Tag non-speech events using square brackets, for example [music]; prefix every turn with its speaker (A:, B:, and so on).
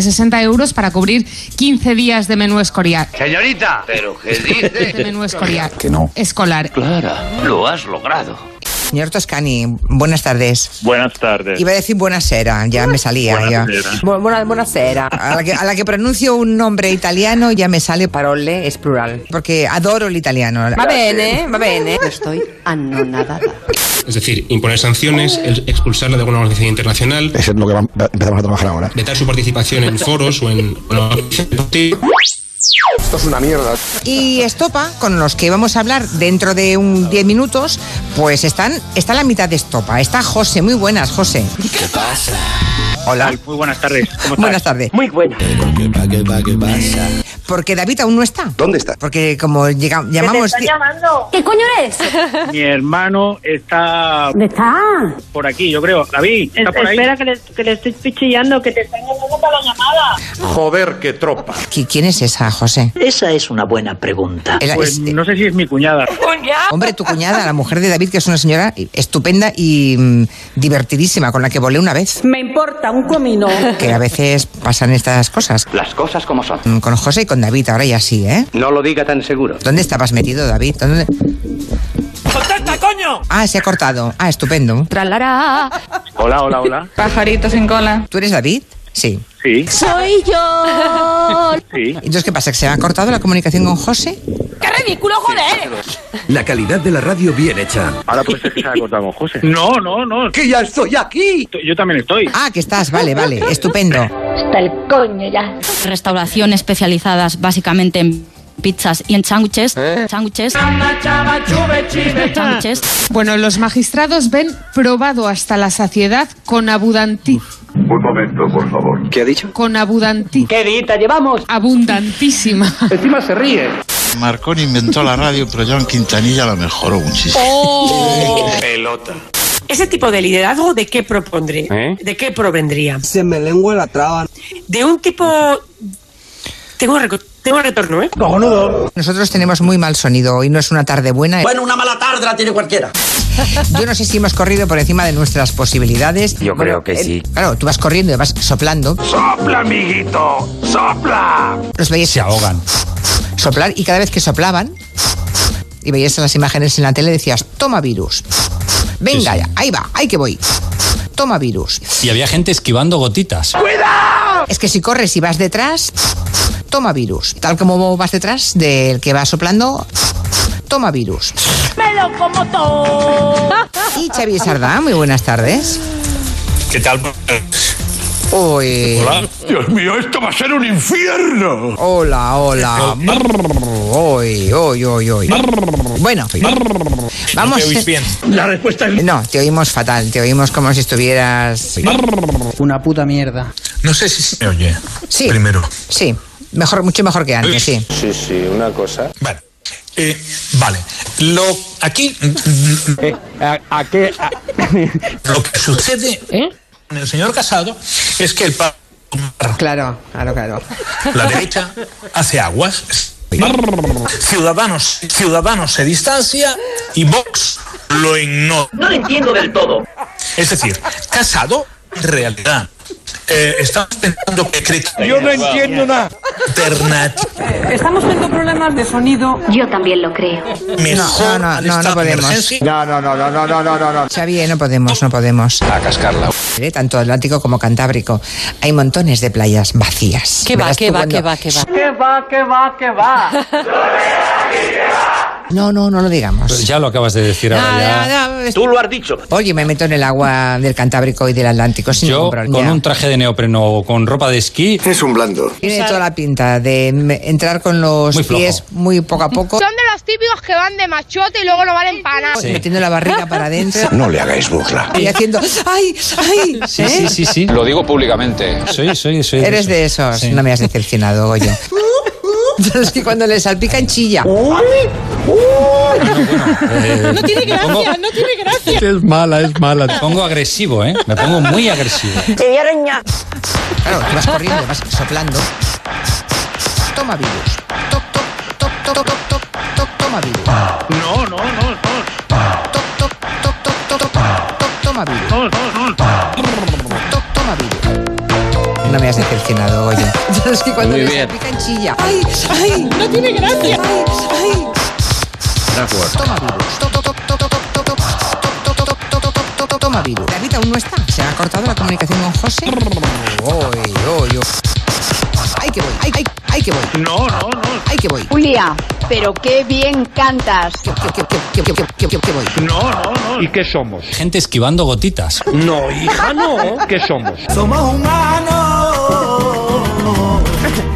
A: 60 euros para cubrir 15 días de menú escorial.
B: Señorita, ¿pero qué dice?
A: De menú escorial.
C: Que no.
A: Escolar.
B: [laughs] Clara, lo has logrado.
D: Señor Toscani, buenas tardes.
E: Buenas tardes.
D: Iba a decir buenasera, ya me salía. ya.
E: Buenasera.
F: Buena, buenasera.
D: [laughs] A la, que, a la que pronuncio un nombre italiano ya me sale pa-
F: Parole es plural.
D: porque adoro el italiano.
F: Va bene, va bene.
G: Estoy anonadada.
H: Es decir, imponer sanciones, el- expulsarla de alguna organización internacional,
C: Eso es lo que vam- empezamos a trabajar ahora.
H: vetar su participación en foros o en...
D: Y Estopa, con los que vamos a hablar dentro de un 10 minutos, pues están está la mitad de Estopa. Está José, muy buenas, José.
E: Hola. Muy buenas tardes. ¿Cómo estás?
D: Buenas tardes.
F: Muy buena.
D: Porque David aún no está.
C: ¿Dónde está?
D: Porque como llega- llamamos...
G: ¿Qué coño eres?
E: Mi hermano está
G: ¿Dónde está?
E: por aquí, yo creo. David, ¿está por ahí?
I: Espera, que le, que le estoy pichillando, que te están llamando para la llamada.
J: Joder, qué tropa.
D: ¿Qui- ¿Quién es esa, José?
I: Esa es una buena pregunta.
D: Era-
E: Pues
D: es-
E: no sé si es mi cuñada.
D: Hombre, tu cuñada, la mujer de David, que es una señora estupenda y mm, divertidísima, con la que volé una vez.
G: Me importa un comino.
D: [laughs] Que a veces pasan estas cosas.
B: Las cosas como son.
D: Mm, Con José y con David, ahora ya sí, ¿eh?
B: No lo diga tan seguro.
D: ¿Dónde estabas metido, David? ¿Dónde-
J: ¡Contesta, coño!
D: Ah, se ha cortado. Ah, estupendo.
A: Tralará.
E: Hola, hola, hola.
A: Pajarito sin cola.
D: ¿Tú eres David? Sí.
E: Sí,
G: Soy yo.
E: sí.
D: Entonces, ¿qué pasa? ¿Que se ha cortado la comunicación con José?
G: ¡Qué ridículo, joder!
J: La calidad de la radio bien hecha.
E: Ahora puede ser que se haya cortado con José. No, no, no.
J: ¡Que ya estoy aquí!
E: Yo también estoy.
D: Ah, que estás, vale, vale. Estupendo.
G: Hasta el coño ya.
I: Restauración especializadas básicamente en pizzas y en sándwiches.
G: ¿Eh?
I: Sándwiches. Sándwiches.
A: Bueno, los magistrados ven probado hasta la saciedad con abundanti,
J: Un momento, por favor.
C: ¿Qué ha dicho?
A: con abundanti,
I: ¿Qué dita llevamos?
A: abundantísima.
E: Encima se ríe.
K: Marcón inventó la radio, pero John Quintanilla la mejoró muchísimo.
I: Oh.
J: Pelota.
I: Ese tipo de liderazgo, ¿de qué propondría?
E: ¿Eh?
I: ¿De qué provendría?
J: Se me lengua la traba.
I: De un tipo... Tengo, reco- tengo retorno, ¿eh?
J: Cojonudo.
D: Nosotros tenemos muy mal sonido. Hoy no es una tarde buena. ¿eh?
J: Bueno, una mala tarde la tiene cualquiera.
D: [laughs] Yo no sé si hemos corrido por encima de nuestras posibilidades. eh,
B: Yo creo que sí.
D: Claro, tú vas corriendo y vas soplando.
J: ¡Sopla, amiguito! ¡Sopla!
D: Los veías
K: Se ahogan.
D: soplar y cada vez que soplaban y veías las imágenes en la tele decías, toma virus. Venga,
K: Sí, sí.
D: ya, ahí va, ahí que voy. Toma virus.
K: Y había gente esquivando gotitas.
D: Es que si corres y vas detrás, toma virus. Tal como vas detrás del que va soplando, toma virus.
G: ¡Me lo como todo!
D: Y Xavi Sardá, muy buenas tardes.
H: ¿Qué tal?
D: Uy,
J: Dios mío, esto va a ser un infierno.
D: hola, hola. Uy, uy, uy, uy. Bueno, vamos.
J: La respuesta es...
D: [laughs] No, te oímos fatal, te oímos como si estuvieras...
F: Una puta mierda.
K: No sé si se me oye.
D: Sí.
K: Primero.
D: Sí, mejor, mucho mejor que antes, sí.
J: Sí, sí, una cosa.
K: Vale. Eh, vale. Lo, aquí mm, mm,
J: Eh, ¿A, ¿Eh? qué?
K: lo que sucede con el señor Casado es que el pa-
D: Claro, claro, claro.
K: la derecha hace aguas. Ciudadanos, ciudadanos se distancia y Vox lo ignora.
I: No lo entiendo del todo.
K: Es decir, Casado, en realidad, eh, estamos pensando que cree
J: Yo no entiendo nada.
K: alternativa
F: Estamos teniendo problemas de sonido.
G: Yo también lo creo.
D: no,
K: mejor
D: no,
K: al
D: no, no
K: estado de
D: podemos.
K: emergencia.
D: Xavi, eh, no podemos, no podemos. A cascarla. Tanto Atlántico como Cantábrico. Hay montones de playas vacías.
F: ¿Qué va,
D: Verás
F: qué
D: tú
F: va,
D: cuando-
F: qué va, qué va?
I: ¿Qué va, qué va, qué va?
D: No, no, no lo digamos.
H: Pues Ya lo acabas de decir ahora. ya.
D: Nada, nada, es-
B: Tú lo has dicho.
D: Oye, me meto en el agua del Cantábrico y del Atlántico sin
H: Yo
D: ningún problema.
H: con
D: Ya.
H: un traje de neopreno o con ropa de
I: ¿Eh?
H: esquí,
C: Es un blando.
D: Tiene toda la pinta de mm, entrar con los
H: Muy flojo.
D: pies muy poco a poco,
I: de los típicos que van de machote y luego lo van empanados.
H: Sí.
D: metiendo la barriga para adentro
C: No le hagáis burla.
D: y haciendo ¡ay, ay!
H: sí,
D: ¿eh?
H: sí, sí, sí.
B: Lo digo públicamente.
H: Soy, soy, soy.
D: Eres de esos.
H: Sí.
D: No me has decepcionado, [laughs] Goyo. es que cuando le salpican chilla.
H: no tiene gracia, no tiene gracia. Es mala, es mala. Me pongo agresivo, ¿eh? Me pongo muy agresivo.
I: Eh,
D: Claro, tú vas corriendo, vas soplando. Toma virus. Toc, toc, toc, toc, toc, toc, toc, toma virus.
E: No, no, no, no.
D: Toc, toc, toc, toc, toc, toc, toc, toma virus.
E: No, no, no.
D: Toc, toma virus. No me has decepcionado, Goyo. Yo es que cuando
L: Muy
D: les
L: bien.
D: aplican chilla. ¡Ay, ay! ¡No tiene gracia! ¡Ay, ay! Toma virus. To- to- to- to- to- to- to- to- to- to- to- to- to- Toma virus. David aún no está. Se ha cortado la comunicación con José. Uy, uy, uy. ¡Ay, que voy! ¡Ay, ay! ¡Ay, que voy! No, no, no. ¡Ay, que voy!
G: Julia, pero qué bien cantas.
H: No, no, no. ¿Y qué somos? Gente esquivando gotitas. No, hija, no. ¿Qué somos?
J: Somos humanos.